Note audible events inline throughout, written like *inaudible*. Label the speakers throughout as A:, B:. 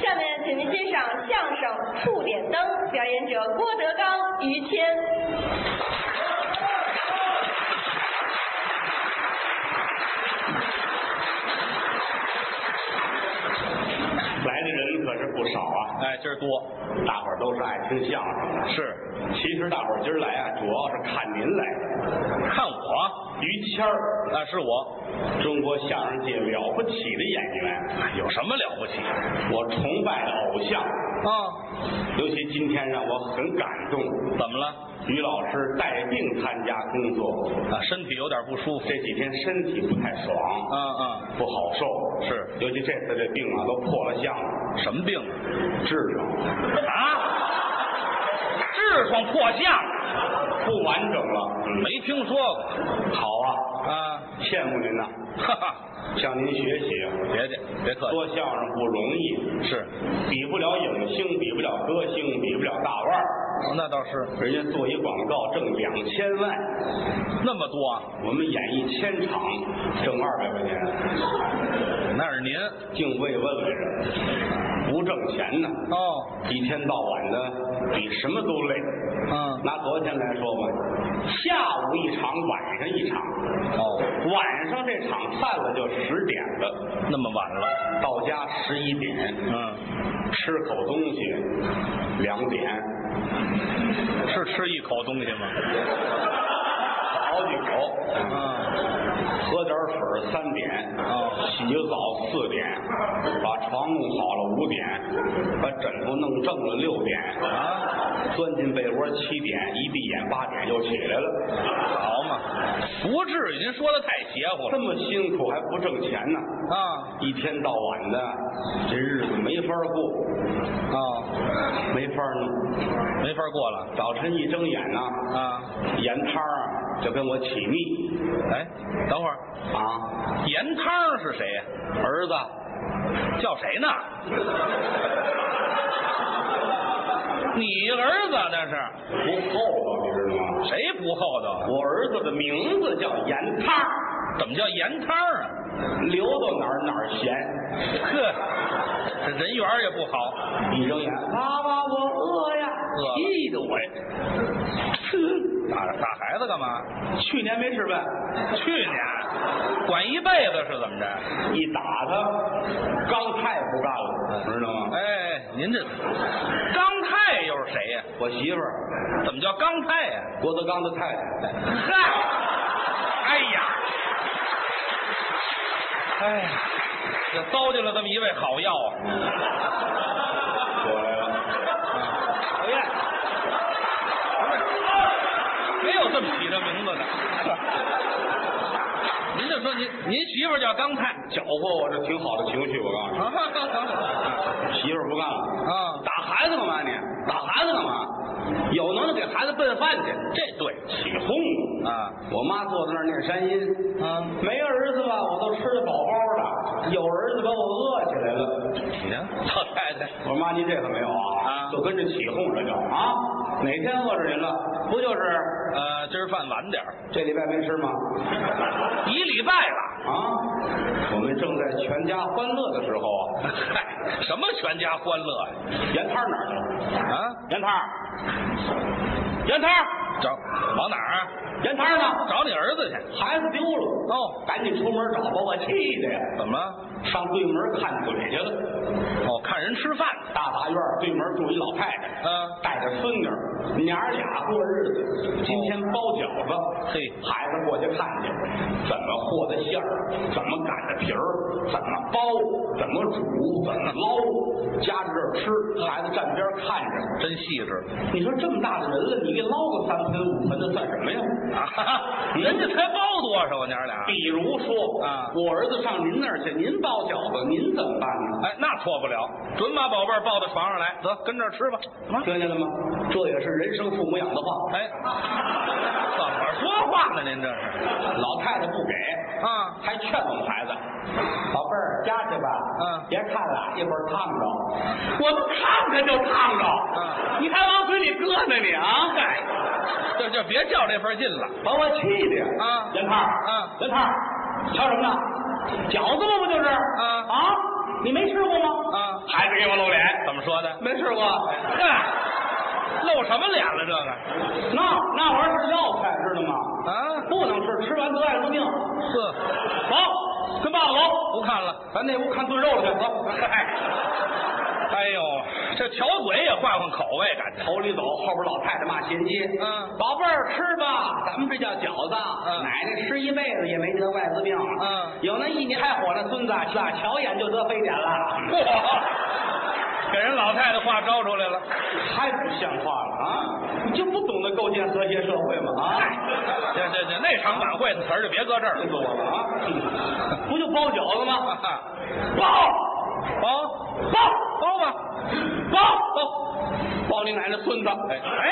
A: 下面，请您欣赏相声《触点灯》，表演者郭德纲、于谦。
B: 来的人可是不少啊，
C: 哎，今儿多
B: 大伙儿都是爱听相声的。
C: 是
B: 其实大伙儿今儿来啊，主要是看您来的。
C: 看我
B: 于谦儿，
C: 啊，是我，
B: 中国相声界了不起的演员，
C: 哎有什么了不起
B: 我崇拜的偶像。
C: 啊？
B: 尤其今天让我很感动，
C: 怎么了？
B: 于老师带病参加工作，
C: 啊，身体有点不舒服。
B: 这几天身体不太爽，
C: 嗯嗯，
B: 不好受。
C: 是
B: 尤其这次这病啊，都破了相了，
C: 什么病
B: 治了，
C: 啊？痔疮破相，
B: 不完整了。嗯
C: 没听说过
B: 好啊，
C: 啊？
B: 羡慕您呐、
C: 哈哈，
B: 向您学习。啊
C: 别介，别客
B: 说相声不容易，
C: 气，是，
B: 比不了影星，比不了歌星，比不了大腕儿。
C: 那倒是，
B: 人家做一广告挣两千万，
C: 那么多啊，
B: 我们演一千场挣二百块钱，
C: 那是您
B: 净慰问来着，不挣钱呢，
C: 哦，
B: 一天到晚的比什么都累。
C: 嗯，
B: 拿昨天来说吧，下午一场，晚上一场，
C: 哦，
B: 晚上这场散了就十点了，
C: 那么晚了，
B: 到家十一点，
C: 嗯，
B: 吃口东西，两点，
C: 是吃一口东西吗？
B: 好几口，
C: 嗯，
B: 喝点水三点，
C: 哦
B: 洗个澡四点，把床弄好了五点，把枕头弄正了六点，
C: 啊，
B: 钻进被窝七点，一闭眼八点又起来了，
C: 好嘛，不至于，您说的太邪乎
B: 这
C: 了
B: 么辛苦还不挣钱呢，
C: 啊
B: 一天到晚的，这日子没法过，
C: 啊，
B: 没法弄。
C: 没法过了
B: 早晨一睁眼呐、
C: 啊！
B: 盐汤啊就跟我起腻
C: 哎，等会儿，
B: 啊，
C: 盐汤是谁呀？
B: 儿子。
C: 叫谁呢？你儿子那是
B: 不厚道，你知道吗？
C: 谁不厚道啊？
B: 我儿子的名字叫盐汤，
C: 怎么叫盐汤啊？
B: 流到哪儿哪儿咸。
C: 呵，这人缘也不好。
B: 一睁眼，妈妈，我饿呀，
C: 饿
B: 气得我呀。
C: 打打孩子干嘛？
B: 去年没吃饭，
C: 去年管一辈子是怎么着？
B: 一打他，刚太不干了，知道吗？
C: 哎，您这刚太又是谁呀？
B: 我媳妇儿，
C: 怎么叫刚太呀？
B: 郭德纲的太太，
C: 嗨，哎呀，哎呀，这糟践了这么一味好药啊！
B: 我来了。
C: 讨厌，没有这么起这名字的。 *laughs* 您就说您您媳妇儿叫刚太
B: 搅和我这挺好的情绪，我告诉
C: 啊
B: 你，媳妇儿不干了，
C: 啊，
B: 打孩子干嘛你？打孩子干嘛？有能耐给孩子奔饭去，
C: 这对
B: 起哄呢
C: 啊
B: 我妈坐在那儿念山音，
C: 啊，
B: 没儿子吧，我都吃的饱饱的；有儿子把我饿起来了。
C: 你看老太太
B: 我说妈，您这可没有啊，
C: 啊
B: 就跟着起哄这就啊，哪天饿着您了？不就是
C: 呃，今儿饭晚点儿，
B: 这礼拜没 *laughs* 吃吗？
C: 一礼拜了。
B: 啊，我们正在全家欢乐的时候啊，
C: 嗨，什么全家欢乐呀？
B: 盐摊儿哪儿去了？
C: 啊，
B: 盐摊儿，盐摊儿，
C: 找往哪儿啊？
B: 盐摊儿呢？
C: 找你儿子去。
B: 孩子丢了，
C: 哦，
B: 赶紧出门找，把我气的呀！
C: 怎么了？
B: 上对门看嘴去了。
C: 哦，看人吃饭呢。
B: 大杂院儿对门住一老太太，
C: 嗯
B: 带着孙女儿，娘儿俩过日子。今天包饺子，
C: 嘿
B: 孩子过去看去，怎么和的馅儿，怎么擀的皮儿，怎么包，怎么煮，怎么捞，夹着这儿
C: 嗯
B: 吃，孩子站边儿看着。
C: 真细致
B: 你说这么大的人了，你给捞个三盆五盆的算什么
C: *laughs*
B: 呀？
C: 啊！哈哈人家才包多少啊？娘儿俩？
B: 比如说
C: 啊
B: 我儿子上您那儿去，您包饺子，您怎么办呢？
C: 哎，那错不了，准把宝贝儿抱到床上来，得跟这儿吃吧。
B: 听见了吗？这也是人生父母养的话。
C: 哎，怎么说话呢？您这是
B: 老太太不给，
C: 啊？
B: 还劝我们孩子：“宝贝儿，家去吧，
C: 嗯
B: 别看了，一会儿烫着。”我们看看就烫着，
C: 嗯
B: 你还往嘴里搁呢，你啊！嗨，
C: 这就别较这份劲了。
B: 把我气的呀！
C: 啊
B: 袁胖儿，
C: 啊
B: 袁胖儿，瞧什么呢？饺子吗？不就是？
C: 啊
B: 啊！你没吃过吗？
C: 啊，
B: 孩子给我露脸，
C: 怎么说的？
B: 没吃过。
C: 嗨，露什么脸了？这个
B: 那那玩意儿是药材，知道吗？
C: 啊，
B: 不能吃，吃完得艾滋病。
C: 呵，
B: 走，跟爸爸走，
C: 不看了。
B: 咱那屋看炖肉去。走， *laughs*
C: *laughs* 哎呦，这巧嘴也换换口味，感觉
B: 头里走，后边老太太骂衔接。
C: 嗯
B: 宝贝儿吃吧，咱们这叫饺子。
C: 嗯
B: 奶奶吃一辈子也没得过艾滋病。
C: 嗯
B: 有那一年还火呢，孙子咋瞧眼就得非典
C: *laughs*
B: 了，
C: 嚯，给人老太太话招出来了。
B: 太不像话了啊！你就不懂得构建和谐社会吗？啊！
C: 这这这那场晚会的词儿就别搁这儿
B: 气
C: 了。
B: 死我了啊！
C: *laughs*
B: 不就包饺子吗？包
C: 包
B: 包
C: 包哦吧，
B: 包包包你奶奶孙子！
C: 哎哎，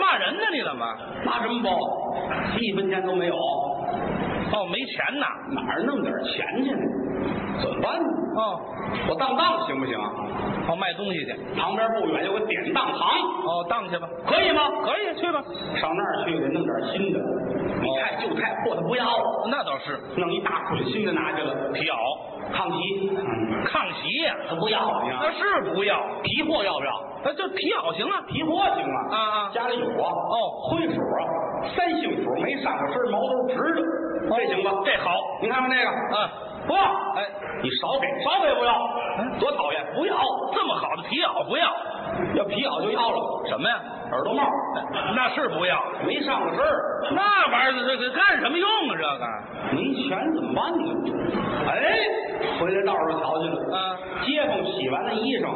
C: 骂人呢？你怎么？
B: 拿什么包？啊一分钱都没有，
C: 哦，没钱呐？
B: 哪儿弄点钱去呢？怎么办呢？
C: 哦
B: 我当当行不行？
C: 哦，卖东西去。
B: 旁边不远有个典当堂，
C: 哦，当去吧。
B: 可以吗？
C: 可以去吧，
B: 上那儿去给弄点新的，你太旧太破的不要，
C: 那倒是
B: 弄一大捆新的拿去了，
C: 皮袄，
B: 抗皮，嗯
C: 抗袭呀、
B: 他不要，啊你
C: 那
B: 看
C: 是不要，
B: 皮货要不要？
C: 那就皮袄行啊，
B: 皮货行啊，
C: 啊啊
B: 家里有啊，
C: 哦
B: 灰鼠啊，三姓鼠没上过身，毛都是直的，这行吧？
C: 哦这好，
B: 你看看这个，
C: 嗯，
B: 不要，
C: 哎，
B: 你少给，少给不要，
C: 啊
B: 多讨厌，不要，
C: 这么好的皮袄不要，
B: 要皮袄就要了，
C: 什么呀？
B: 耳朵帽
C: 那是不要，
B: 没上过身儿，
C: 那玩意儿这这干什么用啊？这个，
B: 没钱怎么办呢？哎，回来道上瞧见了，
C: 啊，
B: 街坊洗完的衣裳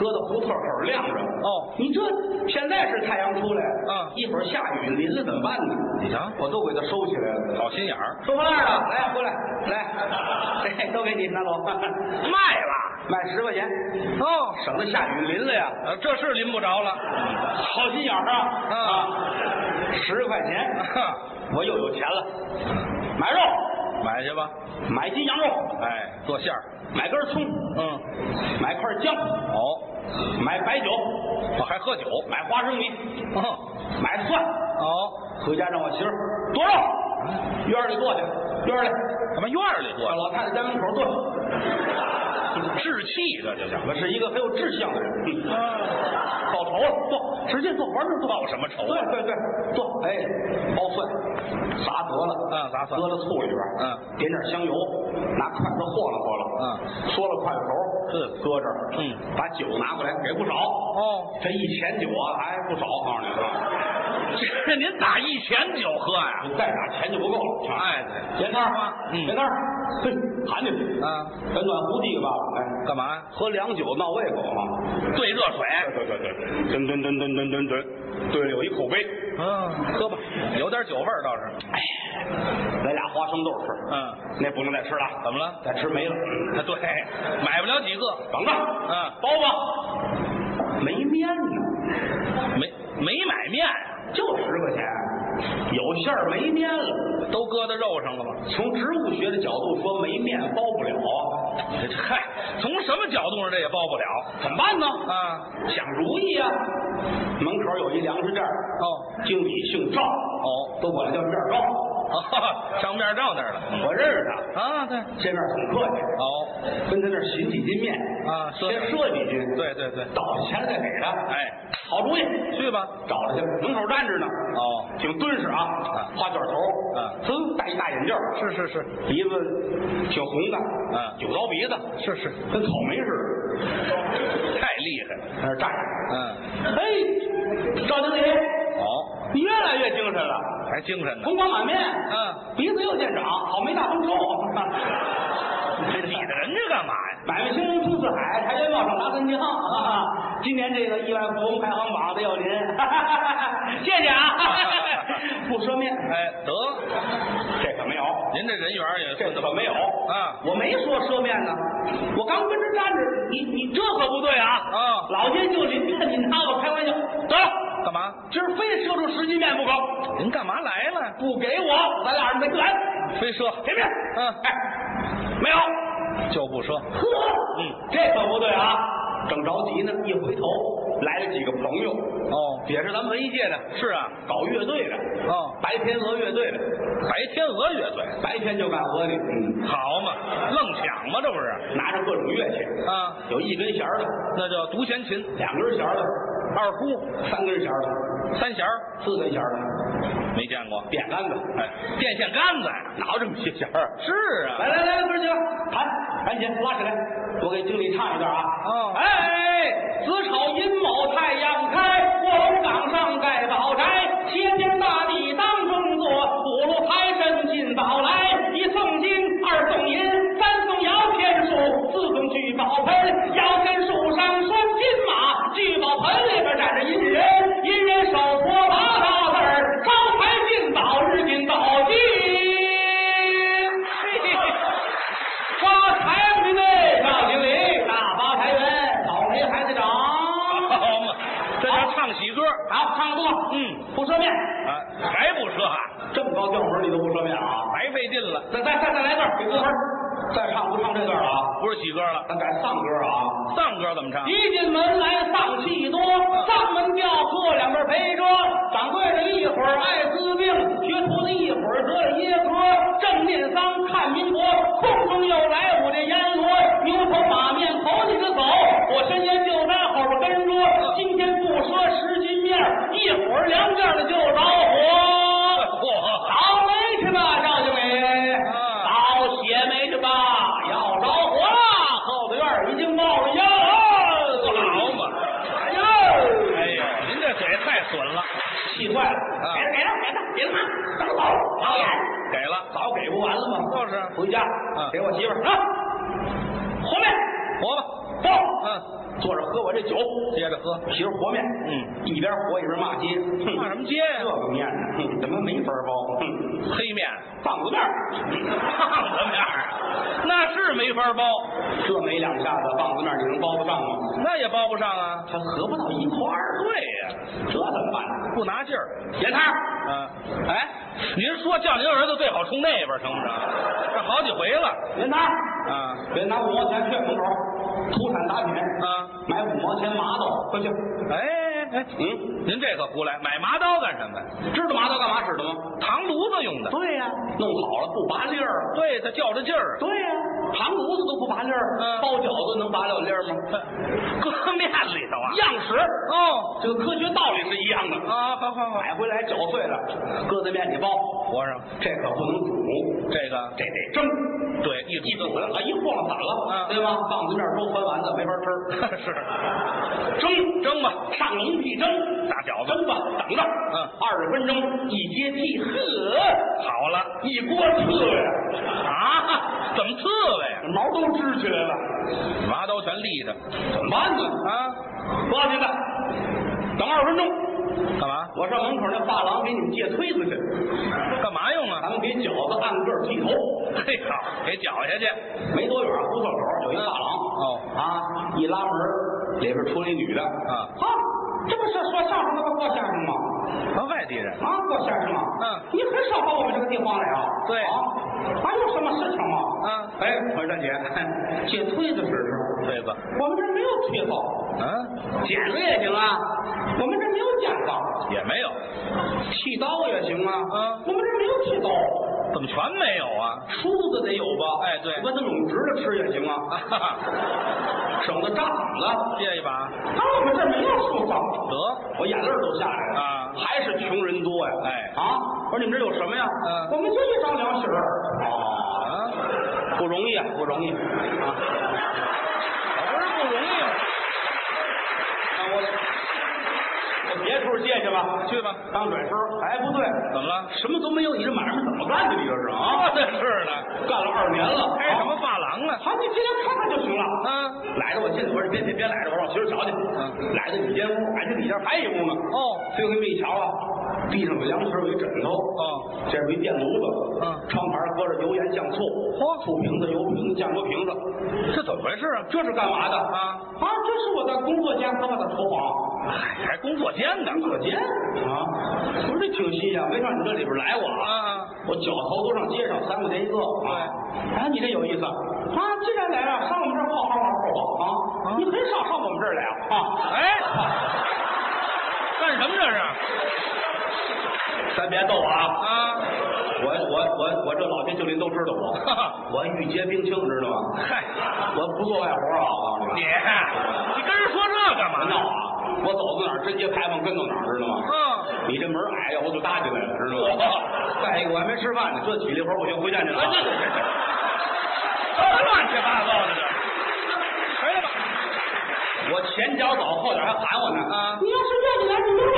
B: 搁到胡同口晾着。
C: 哦，
B: 你这现在是太阳出来，
C: 嗯
B: 一会儿下雨淋了怎么办呢？
C: 你瞧，
B: 我都给它收起来了。
C: 好心眼儿，
B: 收破烂的，来回来来，这都给你拿走，
C: *laughs* 卖了，
B: 卖十块钱，
C: 哦，
B: 省得下雨淋了呀。
C: 呃，这是淋不着了，
B: 好心眼儿啊！
C: 嗯
B: 啊，十块钱，我又有钱了，买肉，
C: 买去吧，
B: 买斤羊肉，
C: 哎，做馅儿，
B: 买根葱，
C: 嗯，
B: 买块姜，
C: 哦，
B: 买白酒，
C: 我还喝酒，
B: 买花生米，
C: 嗯，
B: 买蒜，
C: 哦，
B: 回家让我媳妇儿剁肉，院儿里剁去，院儿里
C: 咱们院儿里
B: 到
C: 做，
B: 老太太家门口剁。
C: 置气这就叫，
B: 我是一个很有志向的人，嗯
C: 啊，
B: 报仇了，做，直接做，完事儿做。
C: 报什么仇啊？
B: 对对对，做，哎，包蒜，撒得了，
C: 嗯撒蒜
B: 搁到醋里边，
C: 嗯，
B: 点点香油，拿筷子和了和了，
C: 嗯，
B: 缩了筷子头，
C: 是
B: 搁这儿，
C: 嗯，
B: 把酒拿过来，给不少，
C: 哦，
B: 这一钱酒啊，还不少，告诉你啊，
C: *laughs* 这您打一钱酒喝呀？
B: 再打钱就不够了，啊，
C: 哎，对，
B: 连汤啊，
C: 嗯
B: 连汤，嘿，喊进去，
C: 啊，
B: 咱暖壶递给爸爸，哎，
C: 干嘛呀？
B: 喝凉酒闹胃口啊，
C: 兑热水。
B: 对对对，吨吨吨吨吨吨吨，对了，有一口杯，
C: 嗯，喝吧，有点酒味儿倒是。
B: 哎来俩花生豆吃，
C: 嗯，
B: 那不能再吃了，
C: 怎么了？
B: 再吃没了。
C: 啊，对，买不了几个，
B: 绑子，
C: 嗯
B: 包吧，没面呢，
C: 没没买面，啊
B: 就十块钱，有馅儿没面了。
C: 都搁到肉上了吧？
B: 从植物学的角度说，没面包不了，
C: 这这 *laughs* 嗨，从什么角度上这也包不了
B: 怎么办呢？
C: 啊？
B: 想主意啊！门口有一粮食店，
C: 哦
B: 经理姓赵，
C: 哦
B: 都管他叫面赵，
C: 哦，上面罩那儿了。
B: 我认识他，
C: 啊，对，
B: 见面很客气，
C: 哦，
B: 跟他那儿寻几斤面
C: 啊说
B: 先赊几斤，
C: 对对对，
B: 倒了钱了再给他，
C: 哎，
B: 好主意，
C: 去吧。
B: 找他去，门口站着呢。
C: 哦，
B: 挺敦实啊，花卷头，
C: 啊
B: 噌戴一大眼镜儿，
C: 是是是
B: 鼻子挺红的，
C: 嗯
B: 有刀鼻子，
C: 是是，
B: 跟草莓似
C: *laughs* 太厉害了。
B: 的，在那儿站着。
C: 嗯，
B: 哎，赵经理，
C: 哦，
B: 你越来越精神了，
C: 还精神呢。
B: 红光满面，
C: 嗯，
B: 鼻子又见长，草莓大丰收。
C: 这理得人家干嘛呀？
B: 买卖兴隆出四海，财源茂盛达三江。哈哈，今年这个亿万富翁排行榜得
C: *laughs*
B: 有您，哈哈哈谢谢啊！ *laughs* 不说面，
C: 哎，得，
B: 这可没有，
C: 您这人缘儿也
B: 这
C: 顺的
B: 可没有。
C: 啊
B: 我没说赊面呢，我刚跟这站着，你你这可不对啊！
C: 啊
B: 老街就临着，你拿我开玩笑。得了，
C: 干嘛？
B: 今儿非赊出十斤面不可，
C: 您干嘛来了？
B: 不给我，咱俩人没个来。
C: 非赊，
B: 给面，
C: 嗯
B: 哎，没有，
C: 就不赊。
B: 呵，
C: 嗯，
B: 这可不对啊！正着急呢，一回头，来了几个朋友，
C: 哦，
B: 也是咱们文艺界的，
C: 是啊，
B: 搞乐队的，
C: 哦，
B: 白天鹅乐队的，
C: 白天鹅乐队，
B: 白天就干活的，嗯，
C: 好嘛，愣抢嘛，这不是？
B: 拿着各种乐器，
C: 啊，
B: 有一根弦儿的，
C: 那叫独弦琴，
B: 两根弦儿的，
C: 二胡，
B: 三根弦儿的，
C: 三弦儿，
B: 四根弦儿的，
C: 没见过，
B: 电杆子，
C: 哎，电线杆子呀，
B: 哪有这么些弦儿？
C: 是啊，
B: 来来来，哥几个，弹，赶紧拉起来，我给经理唱一段啊。
C: 哦
B: 哎，子丑寅卯太阳开，卧龙岗上盖宝宅，齐天大帝当中坐，五路财神进宝来，一送金，二送银，三送摇钱树，四送聚宝盆，摇钱树上拴金马，聚宝盆里边站着银人，银人手托八大字儿，招财进宝，日进斗金。发财我们队赵经理，大发财源，倒霉孩子长。
C: 好嘛，这叫唱喜歌
B: 好，唱多，
C: 嗯，
B: 不说面，
C: 啊，还不说啊，
B: 这么高调门你都不说面啊？
C: 白费劲了，
B: 再再再再来段，给歌分，再唱不唱这段了啊？
C: 不是喜歌了，
B: 咱改丧歌啊。
C: 丧歌怎么唱？
B: 一进门来丧气多，上门吊客两边陪着，掌柜的一会儿艾滋病，学徒子一会儿得了耶哥，正面丧看民国，空中又来我这烟罗，牛头马面头你的走，我伸烟就在后边跟着，今天不说十斤面，一会儿凉面的就着火，
C: 嚯，
B: 倒霉去吧，赵经理，倒血霉去吧，要着火了，后头院儿已经冒了烟了，
C: 好嘛。
B: 哎呦，
C: 哎呀，您这嘴太损了，
B: 气坏了！
C: 啊
B: 给了给了给了，别骂，怎么走？导演，
C: 给了，
B: 哦早给不完了吗？
C: 就是
B: 回家，
C: 嗯
B: 给我媳妇儿啊，和面，
C: 活吧，
B: 走，
C: 嗯，
B: 坐着喝我这酒，
C: 接着喝，
B: 媳妇儿和面，
C: 嗯，
B: 一边和一边骂街，哼
C: 骂什么街呀
B: 这个面呢，哼，怎么没法包？哼，
C: 黑面， *laughs*
B: 棒子面儿，
C: 胖子面儿，啊那是没法包，
B: 这没两下子，棒子面儿你能包得上吗？
C: 那也包不上啊。
B: 它合不到一块儿，
C: 对呀，
B: 这怎么办？
C: 不拿劲儿。
B: 盐汤儿，
C: 嗯，哎，您说叫您儿子最好冲那边成不成？这好几回了。
B: 盐汤儿。
C: 啊，
B: 别拿五毛钱去门口，土产打铁
C: 啊
B: 买五毛钱麻刀，快去。
C: 哎哎哎，
B: 嗯，
C: 您这可胡来，买麻刀干什么？
B: 知道麻刀干嘛使的吗？
C: 糖炉子用的。
B: 对呀、弄好了不拔粒儿。
C: 对，它较着劲儿。
B: 对呀、糖炉子都不拔粒儿，
C: 嗯
B: 包饺子能拔了粒儿 *laughs* 吗？
C: 搁面里头啊。
B: 样式，
C: 哦，
B: 这个科学道理是一样的。
C: 啊，好好好，
B: 买回来搅碎了，搁在面里包，
C: 和上
B: 这可不能煮，
C: 这个，
B: 这得蒸。
C: 对，一
B: 一煮
C: *laughs*
B: 了，啊，一晃散了，
C: 嗯
B: 对吧？棒子面儿粥翻丸子没法吃，
C: 是，
B: *laughs* 蒸
C: 蒸吧，
B: 上笼屉蒸，
C: 大饺子
B: 蒸吧，等着，
C: 嗯
B: 二十分钟一接屉，呵，
C: 好了
B: 一锅刺猬，
C: 啊，怎么刺猬呀？
B: 毛都支起来了，
C: 麻刀全立着
B: 怎么办呢？
C: 啊？
B: 抓紧的，等二十分钟，
C: 干嘛？
B: 我上门口那发廊给你们借推子去，
C: 干嘛用
B: 咱
C: 啊？
B: 们给饺子按个剃头，
C: 嘿哎好，给绞下去。
B: 没多远胡同口有一发廊，
C: 嗯哦
B: 啊，一拉门里边出来一女的，
C: 啊
B: 好，这不是说相声的吗？过相声吗？
C: 啊，外地人，
B: 啊，郭先生啊，
C: 嗯
B: 你很少到我们这个地方来啊？
C: 对
B: 啊，还有什么事情吗？
C: 嗯
B: 哎，我说大姐， *laughs* 借推子试试。
C: 对吧？
B: 我们这儿没有推子，
C: 嗯，
B: 剪子也行啊。我们这儿没有剪子，
C: 也没有，
B: 剃刀也行啊。
C: 嗯
B: 我们这儿没有剃刀，
C: 怎么全没有啊？
B: 梳子得有吧？
C: 哎对
B: 我那拢直的吃也行
C: 啊
B: 啊，
C: 哈哈，
B: *laughs* 省得扎嗓子。
C: 借一把，
B: 啊，我们这儿没有梳子，
C: 得，
B: 我眼泪儿都下来了
C: 啊
B: 还是穷人多呀。
C: 哎
B: 啊，我说你们这儿有什么呀？
C: 嗯
B: 我们就一张凉席儿。哦。
C: 啊，
B: 不容易啊，不容易啊！
C: 不是不容易吗？
B: 我啊我别处借去吧，
C: 去吧，
B: 当转身。哎，不对，
C: 怎么了？
B: 什么都没有，你这买卖怎么干的？你这是啊
C: 啊，？这是呢，
B: 干了二年了，
C: 开什么发廊啊？
B: 好，你进来看看就行了。
C: 啊，
B: 来的我进去，我说别别别来着，我让我媳妇瞧去。
C: 嗯
B: 来的你间屋，俺这里间还有一屋呢。
C: 哦，
B: 最后这么一瞧啊，地上有凉席，有一枕头，啊
C: 哦，
B: 这有一电炉子，
C: 嗯
B: 窗台搁着油盐酱醋，
C: 嚯
B: 醋瓶子、油瓶子、酱油瓶子，
C: 这怎么回事啊？
B: 这是干嘛的
C: 啊
B: 啊，这是我在工作间喝的厨房，
C: 哎，还工作间呢？
B: 工作间啊，我说这挺新鲜，没上你这里边来我啊，
C: 啊，
B: 我脚头都上街上，三块钱一个啊。哎，你这有意思啊！既然来了，上我们这儿好好玩会儿吧啊！你很少上我们这儿来啊啊！
C: 哎，么这是
B: 咱别逗我啊！
C: 啊？
B: 我我我我这老天舅您都知道我，
C: 哈哈
B: *laughs* 我玉洁冰清知道吗？
C: 嗨，
B: 我不做外活啊！我告诉
C: 你
B: 你，
C: 你跟人说这干嘛
B: 别闹
C: 呢？
B: 啊！我走到哪儿，贞节牌坊跟到哪儿，知道吗？
C: 嗯，
B: 你这门矮，要不就搭进来了，知道
C: *laughs*
B: 吗？再一个，我还没吃饭呢，这体力活我先回站去了
C: 哎
B: 啊。
C: 这这这什么乱七八糟的这？回来吧，
B: 我前脚走，后脚还喊我呢。
C: 啊
B: 你要是愿意来，你就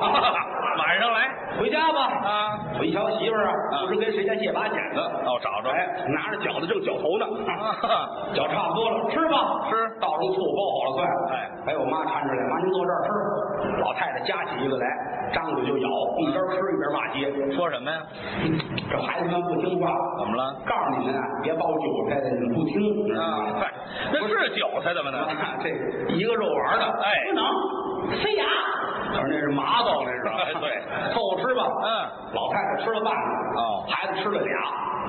B: 赶快来。
C: 晚上来
B: *laughs* 回家吧。
C: 啊。
B: 我一瞧媳妇儿啊，不知跟谁家借把剪子，
C: 哦，找着
B: 哎，拿着饺子正绞头呢，
C: 啊
B: 绞差不多了，吃吧，
C: 吃
B: 倒上醋包好了蒜，哎，还有妈搀着来，妈您坐这儿吃。老太太夹起一个来，张嘴就咬，一边吃一边骂街，
C: 说什么呀？
B: 这孩子们不听话，
C: 怎么了？
B: 告诉你们啊，别包韭菜，你们不听，知道吗
C: 嗨，那是韭菜怎么呢？
B: 啊这一个肉丸的，
C: 哎
B: 不能塞牙。可是那是麻豆，那 *laughs* 是。
C: 哎对，
B: 凑合吃吧。
C: 嗯，
B: 老太太吃了半个，
C: 哦
B: 孩子吃了俩，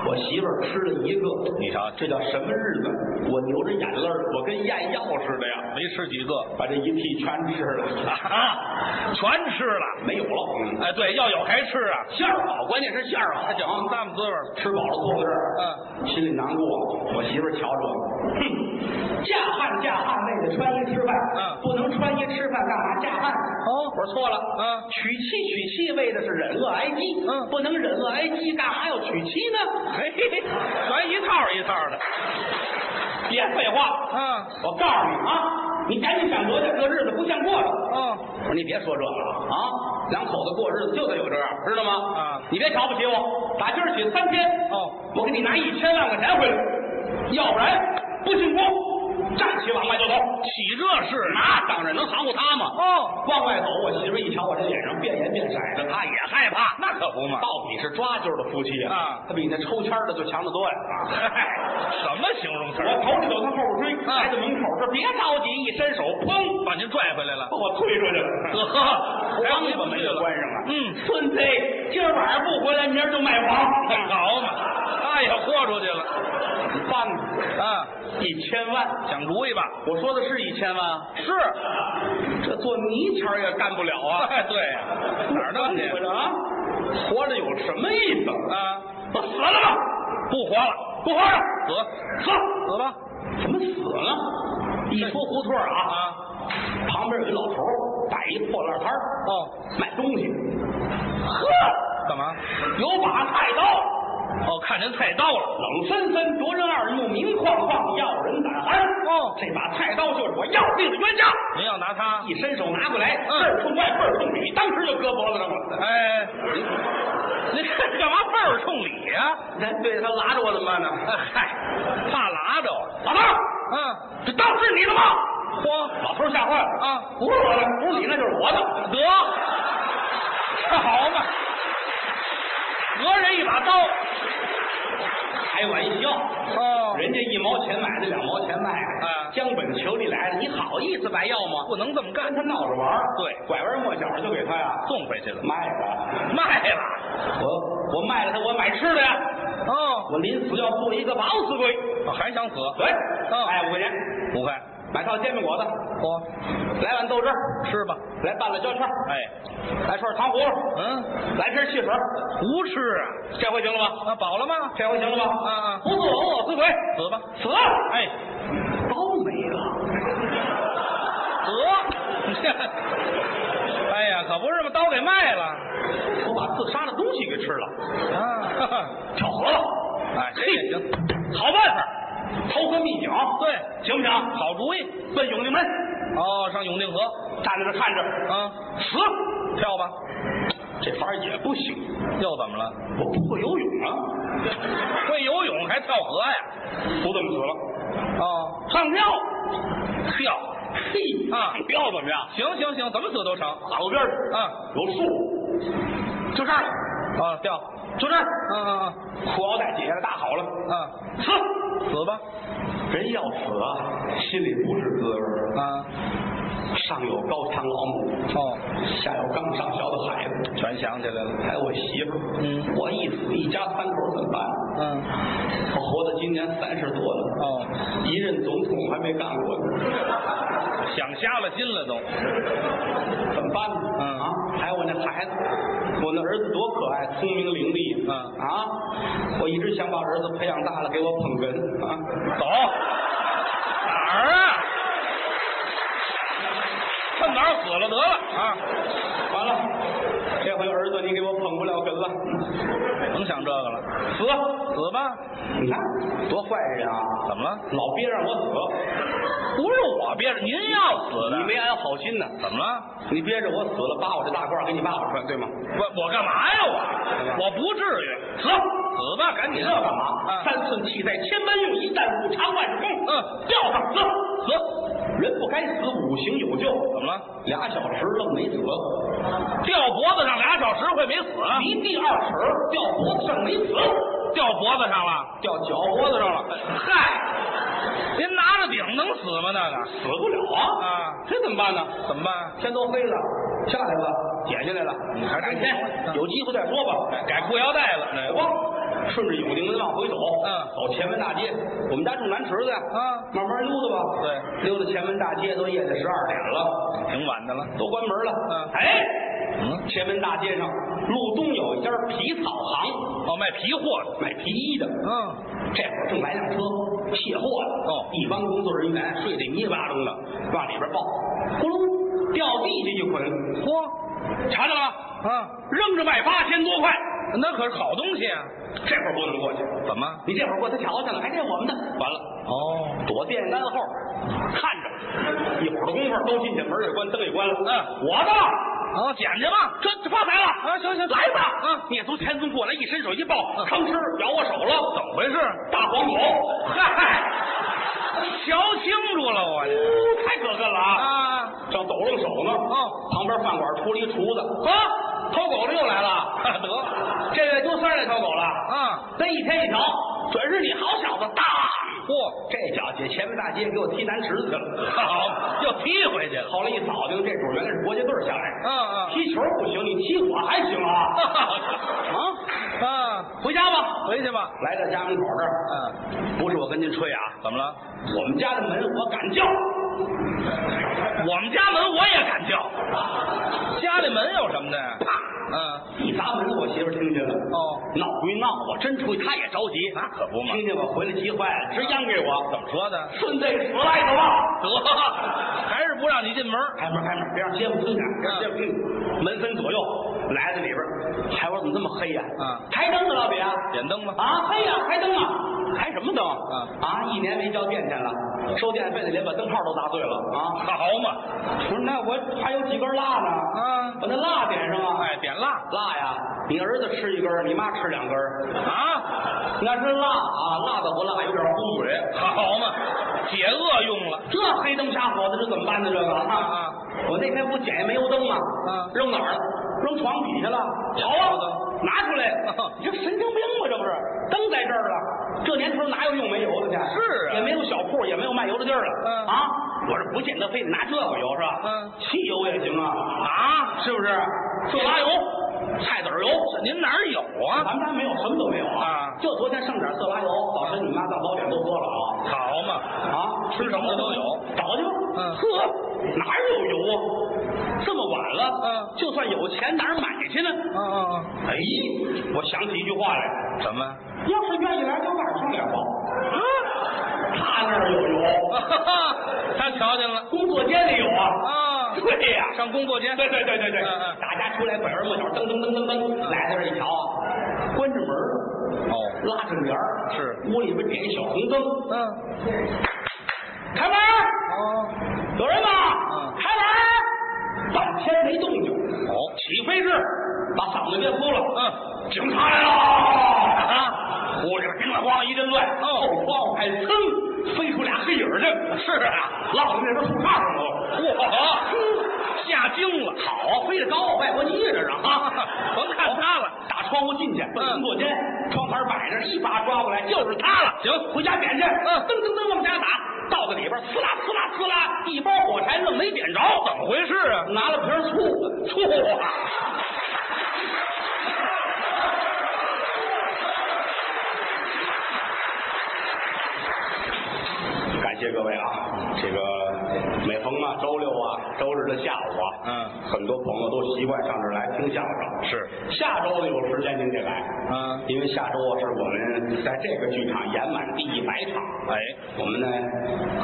B: 我媳妇儿吃了一个。
C: 你瞧
B: 这叫什么日子？我流着眼泪儿，我跟咽药似的呀，
C: *laughs* 没吃几个
B: 把这一屉全吃了，
C: 啊，全吃了。
B: 没有了。嗯，
C: 哎，对，要有还吃啊。嗯
B: 馅儿好，关键是馅儿好。行，
C: 那么滋味儿
B: 吃饱了坐在这儿，嗯，心里难过。我媳妇儿瞧着我，哼，嫁汉嫁汉，为了穿衣吃饭，
C: 嗯
B: 不能穿衣吃饭干嘛嫁汉？
C: 哦
B: 我说错了，
C: 嗯
B: 娶妻娶妻为的是忍饿挨饥，
C: 嗯
B: 不能忍饿挨饥，干嘛要娶妻呢？
C: 嘿，全一套一套的。
B: 别废话，
C: 啊，
B: 我告诉你啊，你赶紧想辙去，这日子不像过了。
C: 哦，
B: 我说你别说这个了啊，两口子过日子就得有这样，知道吗？
C: 啊
B: 你别瞧不起我，打今儿起三天，
C: 哦，
B: 我给你拿一千万块钱回来，要不然不信我站起往外就走。
C: 起这事呢
B: 那当然能含糊他吗？
C: 哦，
B: 往外走，我媳妇一瞧我这脸上变颜变色的，她也害怕。
C: 那可 *laughs* 不嘛
B: 到底是抓阄的夫妻
C: 啊
B: 她比你那抽签儿的就强得多呀。嗨，
C: 哎什么形容词
B: *laughs* 我
C: 儿？
B: 头里走，她后边追，
C: 啊
B: 来到门口这别着急，一伸手，砰，
C: 把您拽回来了
B: 把。我推出去了。 *laughs*
C: 呵
B: 王八门就关上了。
C: 嗯，
B: 孙子，今儿晚上不回来，明儿就卖房。
C: 好嘛，他也豁出去了
B: 办
C: 啊！
B: 一千万，
C: 想主意吧？
B: 我说的是一千万啊，
C: 是，
B: 这做泥鳅也干不了 *laughs* 啊。
C: 哎，对呀，哪儿那么
B: 我
C: 的
B: 说啊，活着有什么意思？
C: 啊？
B: 我死了吧，
C: 不活了，
B: 不活着，
C: 死
B: 死
C: 死吧！
B: 怎么死了？一说胡同儿啊，
C: 啊，
B: 旁边有一老头儿摆一破烂摊儿
C: 哦，
B: 卖东西，呵，
C: 干嘛？
B: 有把菜刀。
C: 哦，看您菜刀了。
B: 冷森森，灼人二目，明晃晃，耀人胆寒。
C: 哦
B: 这把菜刀就是我要定的冤家。
C: 您要拿它？
B: 一伸手拿过来，
C: 嗯
B: 这儿冲外，背儿冲里，当时就搁脖子上了。
C: 哎，您这干嘛背儿冲里呀、
B: 咱对他拉着我怎么办呢？
C: 哎嗨，怕拉着啊。
B: 老头儿，
C: 嗯，
B: 这刀是你的吗？
C: 嚯，
B: 老头儿吓坏了
C: 啊
B: 不是我的，不是你，那就是我的。
C: 得，哦这 *laughs* 好嘛，讹人一把刀。
B: 开玩笑，
C: 哦
B: 人家一毛钱买的，两毛钱卖的，
C: 啊
B: 将本求利来的，你好意思白要吗？
C: 不能这么干
B: 跟，他闹着玩儿
C: 对
B: 拐弯抹角就给他呀
C: 送回去了，
B: 卖了。
C: 卖了。
B: 我我卖了他，我买吃的呀。
C: 哦，
B: 我临死要做一个保死鬼。
C: 我还想死，
B: 对，
C: 嗯
B: 哎，五块钱
C: 不会。
B: 买套煎饼果子，
C: 嚯，
B: 来碗豆汁儿，
C: 吃吧。
B: 来半拉焦圈儿，
C: 哎，
B: 来串糖葫芦，
C: 嗯，
B: 来瓶汽水儿，
C: 不吃啊？
B: 这回行了吧？
C: 啊，饱了吗？
B: 这回行了吧？
C: 嗯嗯
B: 不做我饿死鬼，
C: 死吧。
B: 死了！
C: 哎，
B: 都没了，
C: 得， *laughs* 哎呀，可不是嘛，刀给卖了
B: 我把自杀的东西给吃了，
C: 啊。 *laughs* 哈哈
B: 跳河了。
C: 哎，这也行，
B: 好办法，投河秘井，
C: 对，
B: 行不行？
C: 好主意。
B: 奔永定门，
C: 哦，上永定河
B: 站在这看着，
C: 啊，
B: 死，
C: 跳吧。
B: 这法儿也不行，
C: 又怎么了？
B: 我不会游泳啊，
C: 会游泳还跳河呀？
B: 不这么死了，
C: 哦，
B: 上吊。
C: 跳。
B: 嘿
C: 啊
B: 要怎么样？
C: 行行行，怎么死都成。
B: 马路边儿
C: 啊
B: 有树，就这儿，
C: 啊，跳。
B: 就这儿，
C: 嗯嗯
B: 裤腰带解下来搭好了，
C: 嗯嗯，
B: 死！
C: 死吧。
B: 人要死啊，心里不是滋味儿。
C: 啊，
B: 上有高堂老母，
C: 哦，
B: 下有刚上学的孩子，
C: 全想起来了。
B: 还有我媳妇儿。
C: 嗯
B: 我一死，一家三口怎么办？
C: 嗯，
B: 我活到今年三十多了，
C: 哦，
B: 一任总统还没干过呢，
C: 想瞎了心了都。
B: 怎么办呢？
C: 嗯
B: 啊，还有我那孩子，我那儿子多可爱，聪明伶俐。
C: 嗯
B: 啊，我一直想把儿子培养大了，给我捧哏啊。
C: 走，哪儿啊？趁早死了得了啊！
B: 完了，这回儿子你给我捧不了哏
C: 嗯
B: 了。
C: 甭想这个了，死死吧！
B: 你看多坏人啊！
C: 怎么了？
B: 老憋让我死，
C: 不是我憋着，您要死的。
B: 你没安好心呢。
C: 怎么了？
B: 你憋着我死了，扒我这大褂给你爸爸穿，对吗？
C: 我我干嘛呀我？我不至于，死死吧，赶
B: 你
C: 紧
B: 这干嘛？
C: 啊
B: 三寸气在千般用，一旦入肠万事通。
C: 嗯
B: 吊上死，
C: 死
B: 人不该死，五行有救。
C: 怎么了？
B: 俩小时愣没死，
C: 掉脖子上俩小时会没死？啊
B: 离地二尺，掉脖子上没死，
C: 掉脖子上了？
B: 掉脚脖子上了，
C: 嗨，您拿着顶能死吗？那个
B: 死不了啊！
C: 啊，
B: 这怎么办呢？
C: 怎么办？
B: 天都黑了，下来吧，解下来了，
C: 你还
B: 改
C: 真
B: 天
C: 行
B: 有机会再说吧。
C: 改裤腰带了，
B: 改
C: 那个
B: 吧，顺着永定门往回走，
C: 嗯
B: 走前门大街，我们家住南池子呀，
C: 啊
B: 慢慢溜达吧。
C: 对，嗯
B: 溜达前门大街都夜里十二点了，
C: 挺晚的了。
B: 都关门了。
C: 嗯
B: 哎，
C: 嗯，
B: 前门大街上路东有一家皮草行，
C: 哦，卖皮货的。
B: 卖皮衣的。
C: 嗯，
B: 这会儿正来辆车卸货呢，
C: 哦
B: 一帮工作人员睡得迷迷巴中的，往里边抱，咕噜掉地下一捆，
C: 嚯，
B: 查着了，
C: 啊，
B: 扔着卖八千多块，
C: 那可是好东西啊。
B: 这会儿不能过去，
C: 怎么？
B: 你这会儿过去瞧瞧了，哎，这我们的，完了。
C: 哦，
B: 躲电线杆后看着，一会儿的功夫都进去，门也关，灯也关了。
C: 嗯，
B: 我的，
C: 哦，捡去吧。
B: 这这发财了
C: 啊，行行，
B: 来吧！
C: 嗯，
B: 你从前宗过来，一伸手一抱，吭哧咬我手了，
C: 怎么回事？
B: 大黄狗，
C: 嗨，瞧清楚了我这
B: 呜，太可恨了啊！
C: 啊！
B: 正抖楞手呢，
C: 哦，
B: 旁边饭馆出了一厨子，
C: 啊，
B: 偷狗的又来了，
C: 得
B: 这月丢三十条狗了，
C: 啊，
B: 这一天一条，准是你好小子，当！
C: 嚯，
B: 这小姐前门大街给我踢南池子去了，
C: *laughs* 好，又踢回去了。
B: 后来一扫听，这主原来是国家队儿下来的。
C: 嗯嗯
B: 踢球不行，你踢我还行
C: *laughs*
B: 啊！啊，
C: 啊，
B: 回家吧。
C: 回去吧。
B: 来到家门口这儿，
C: 嗯，
B: 不是我跟您吹啊，
C: 啊怎么了？
B: 我们家的门我敢叫，
C: 我们家门我也敢叫，家里门有什么的呀？嗯，
B: 一砸门我媳妇儿听见了。
C: 哦，
B: 闹归闹，我真出去，她也着急。
C: 那啊可不嘛。
B: 听见我回来急坏了，直央给我，
C: 怎么说的？
B: 顺带死赖的吧。
C: 得，还是不让你进门。
B: 开门，开门，别让街坊听见，别让街坊听见。门分左右，来到里边儿，哎，我怎么这么黑呀？
C: 嗯
B: 开灯了，老李啊。
C: 点灯吧。
B: 啊，黑呀，开灯啊，开什么灯？
C: 嗯
B: 啊，一年没交电钱了，收电费的连把灯泡都砸碎了啊！
C: 好嘛，
B: 我说那我还有几根蜡呢，
C: 啊
B: 把那蜡点上啊！
C: 哎，点蜡
B: 蜡呀，你儿子吃一根儿，你妈吃两根儿，
C: 啊，
B: 那是蜡啊，蜡的不蜡有点污水。
C: 好嘛，解饿用了。
B: 这黑灯瞎火的，这怎么办呢？这个啊
C: 啊！
B: 我那天不捡一煤油灯吗？
C: 啊
B: 扔哪儿了？扔床底下了。瞧啊，拿出来！你这神经病吧？这不是灯在这儿了。这年头哪有用煤油的去？
C: 是啊
B: 也没有小铺，也没有卖油的地儿了。
C: 嗯
B: 啊，我这不见得非得拿这个油是吧？
C: 嗯
B: 汽油也行啊，
C: 啊，
B: 是不是？色拉油、菜籽儿油，
C: 您哪儿有
B: 咱
C: 啊？
B: 们家没有，什么都没有
C: 啊
B: 就昨天剩点色拉油，早晨你妈当早点都喝了啊。
C: 好嘛，
B: 啊，
C: 吃什么的都有，
B: 找去吧。
C: 嗯
B: 呵，哪儿有油啊？这么晚了，
C: 嗯，
B: 就算有钱哪儿买去呢？
C: 嗯嗯
B: 哎，我想起一句话来，
C: 嗯，什么？ *laughs*
B: 要是愿意来，就晚上点吧。啊，他那儿有油，
C: 他瞧见了
B: 工作间里有啊。
C: 啊，
B: 对呀、
C: 上工作间。
B: 对对对对对，
C: 嗯嗯
B: 大家出来拐弯抹角，噔噔噔噔噔，来到这儿一瞧啊，关着门儿
C: 哦，
B: 拉着帘儿，
C: 是
B: 屋里边点一小红灯，
C: 嗯，
B: 开门儿。
C: 哦，
B: 有人吗？
C: 嗯
B: 开门！半天没动静。
C: 哦
B: 起飞式，把嗓子憋哭了。
C: 嗯，
B: 警察来了！啊，屋里边叮了咣啷一阵乱。
C: 哦
B: 后窗户开，噌，飞出俩黑影儿去。是啊，落到那边树杈上了。
C: 嚯，吓惊了。
B: 好，飞得高，外国籍这是啊！
C: 甭看他了，嗯
B: 打窗户进去，奔工作间，窗台摆着，一把抓过来，就是他了。
C: 行
B: 回家点去。
C: 嗯
B: 噔噔噔往家打，到了里边，呲啦呲啦呲啦，一包火柴愣没点着，
C: 怎么回事啊？
B: 拿了瓶醋，醋啊！谢各位啊，这个每逢啊周六啊周日的下午啊，
C: 嗯，
B: 很多朋友都习惯上这儿来听相声。
C: 是
B: 下周呢有时间您得来，
C: 嗯
B: 因为下周啊是我们在这个剧场演满第一百场，
C: 哎，
B: 我们呢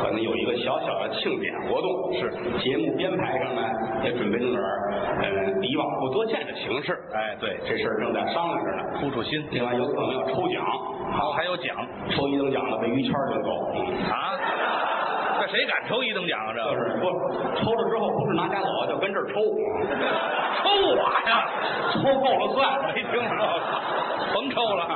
B: 可能有一个小小的庆典活动，
C: 是
B: 节目编排上呢也准备弄点儿嗯以往不多见的形式，
C: 哎，对，
B: 这事儿正在商量着呢。
C: 出出心，
B: 另外有可能要抽奖，
C: 好，还有奖
B: 抽一等奖的被于谦儿领走。嗯
C: 啊？这谁敢抽一等奖啊？
B: *laughs*
C: 这
B: 就是不抽了之后不是拿家走啊，就跟这儿抽， *laughs*
C: 抽我呀？
B: 抽够了算。
C: 没听说，甭抽了。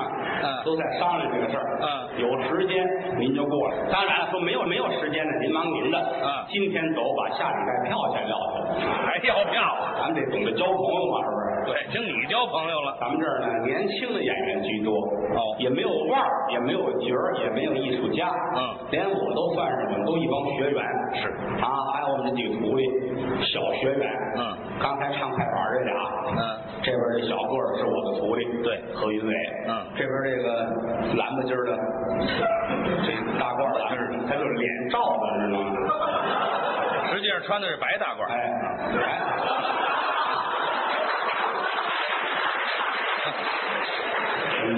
C: 嗯，
B: 都在商量这个事儿。
C: 嗯，
B: 有时间您就过来。当然了，说没有没有时间呢，您忙您的。
C: 嗯
B: 今天走，把下礼拜票钱撂下。
C: 还要票啊？
B: 咱们得懂得交朋友嘛，是不是？
C: 对，听你交朋友了。
B: 咱们这儿呢，年轻的演员居多，
C: 哦
B: 也没有腕儿，也没有角儿，也没有艺术家，
C: 嗯，
B: 连我都算是，我们都一帮学员，
C: 是
B: 啊，还有我们这几个徒弟，小学员，
C: 嗯，
B: 刚才唱快板儿这俩，
C: 嗯，
B: 这边这小个儿是我的徒弟，
C: 对
B: 何云伟，
C: 嗯
B: 这边这个蓝不筋儿的，这大褂儿蓝儿的，他就是脸罩的，知道吗？
C: 实际上穿的是白大褂，
B: 哎，哎。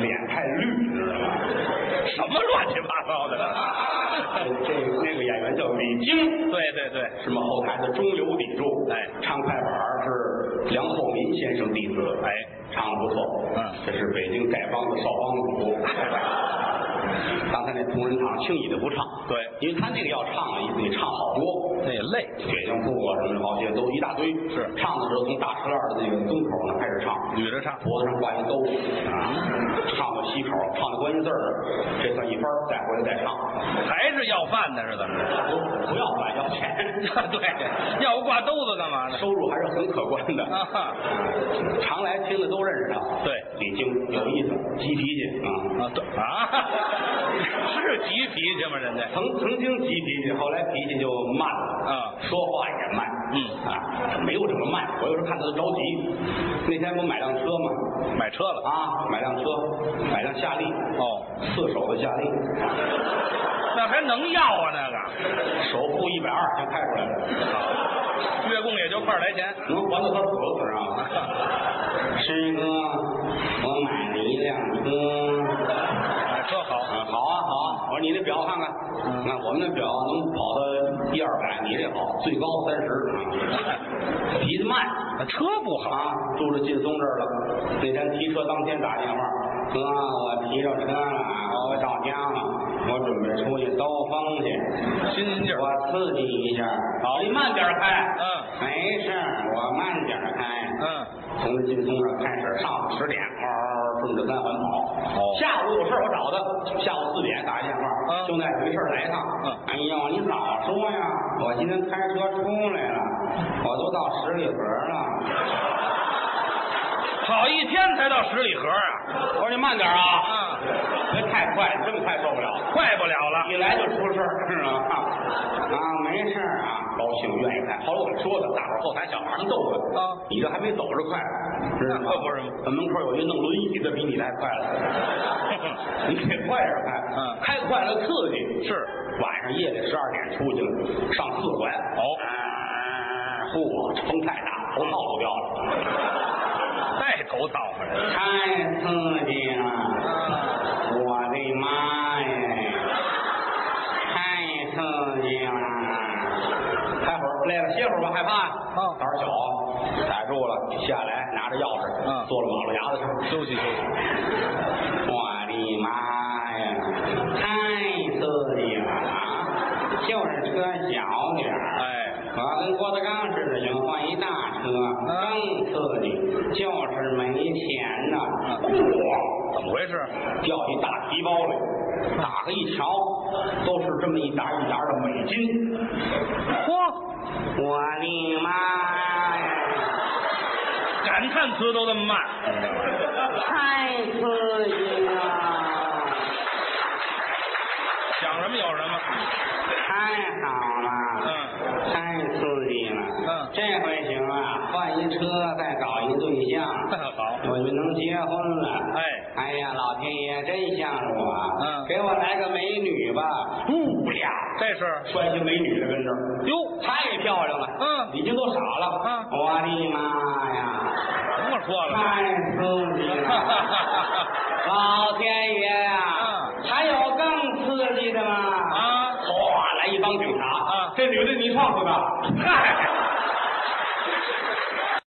B: 脸太绿，你知道吗？
C: 哎什么乱七八糟的？ *laughs*
B: 这那个演员叫李菁，
C: 对对对，
B: 是吗？后台的中流砥柱，
C: 哎
B: 唱快板儿是梁厚民先生弟子，
C: 哎，
B: 唱的不错，
C: 嗯
B: 这是北京丐帮的少帮主。刚才那同仁堂轻易的不唱，
C: 对
B: 因为他那个要唱啊，你唱好多，
C: 那也累。
B: 血腥裤啊什么的，好些都一大堆。
C: 是
B: 唱的时候从大石栏的那个东口呢开始唱，
C: 捋着唱
B: 脖子上挂一兜啊，唱到西口，唱到关键字儿那儿，这算一分儿再回来再唱。
C: 还是要饭的，是怎么着？ *laughs* 啊
B: 不要管，要钱，
C: 对，要不挂兜子干嘛呢？
B: 收入还是很可观的。
C: 啊哈
B: 常来听的都认识他。
C: 对
B: 李菁有意思，急脾气啊。
C: 啊，对啊， *laughs* 是急脾气吗？人家
B: 曾曾经急脾气，后来脾气就慢了，
C: 啊
B: 说话也慢，
C: 嗯
B: 啊，没有这么慢。我有时候看他都着急。那天不买辆车吗？
C: 买车了，
B: 啊，买辆车，买辆夏利，
C: 哦，
B: 四手的夏利，
C: 那还能要啊？那个
B: 首付一百二全开出来了，
C: 月供也就块儿来钱，
B: 能还到他死，你知道吗？啊师哥，我买了一辆车。
C: 买车好
B: 啊，好啊，好啊！我说你那表看看，那我们那表能跑到一二百，你这好，最高三十啊， *laughs* 脾气慢
C: 那车不好，
B: 啊。住着劲松这儿了，那天提车当天打电话，哥，我提着车了，我到家了，我准备出去兜风去，
C: 新鲜劲儿。
B: 我刺激一下。
C: 好
B: 你慢点儿开，
C: 嗯，
B: 没事儿，我慢点儿开。
C: 嗯，
B: 从这劲松这儿开始，上午十点，嗷顺着三环跑。
C: 哦
B: 下午有事儿我找他，下午四点打一电话，
C: 嗯
B: 兄弟没事儿来一趟。
C: 嗯
B: 哎呦，你早说呀！我今天开车出来了，我都到十里河了。
C: 跑一天才到十里河啊！
B: 我说你慢点啊，
C: 啊，
B: 别太快，这么快受不了，
C: 快不了了。
B: 一来就出事儿，是吧？啊，没事儿啊，高兴愿意开。后来我说他，大伙儿后台小孩儿们逗他，
C: 啊
B: 你这还没走着快，知道吗？
C: 那可不是吗啊 *laughs*
B: 门口有一弄轮椅的，比你还快了。你得快点开，
C: 嗯
B: 开快了刺激。
C: 是
B: 晚上夜里十二点出去了，上四环，
C: 哦
B: 哎，嚯，风太大，头套都掉了，
C: 带头套啊！人
B: 太刺激了，
C: 啊，
B: 我的妈呀，太刺激了！开会儿累了，歇会儿吧，害怕呀？
C: 哦
B: 胆儿小啊，逮住了，下来拿着钥匙，
C: 嗯
B: 坐到马路牙子上，
C: 休息休息，
B: 我的妈呀，太刺激了啊！就是车小点儿，
C: 哎，
B: 我要跟郭德纲似的，想换一大车，
C: 嗯
B: 更刺激，就是没钱呐、
C: 嗯
B: 哇，
C: 怎么回事？
B: 掉一大皮包来，打开一瞧，都是这么一沓一沓的美金。
C: 嚯，
B: 我的妈呀，
C: 感叹词都这么慢，
B: 太刺激了！
C: 想什么有什么。 *laughs*
B: 太好了，
C: 嗯
B: 太刺激了，
C: 嗯
B: 这回行啊，换一车再搞一对象，
C: 好，
B: 我们能结婚了。
C: 哎
B: 哎呀，老天爷真向着我啊！
C: 嗯
B: 给我来个美女吧！不呀，
C: 这是
B: 拴些美女了跟这儿，
C: 哟，
B: 太漂亮了。
C: 嗯
B: 已经都傻了。
C: 嗯
B: 我的妈呀，
C: 甭说了， *laughs*
B: 太刺激了！老天爷呀、
C: 嗯
B: 还有更刺激的吗？
C: 啊
B: 哗，来一帮警察，
C: 啊
B: 这女的你撞死的。
C: 嗨，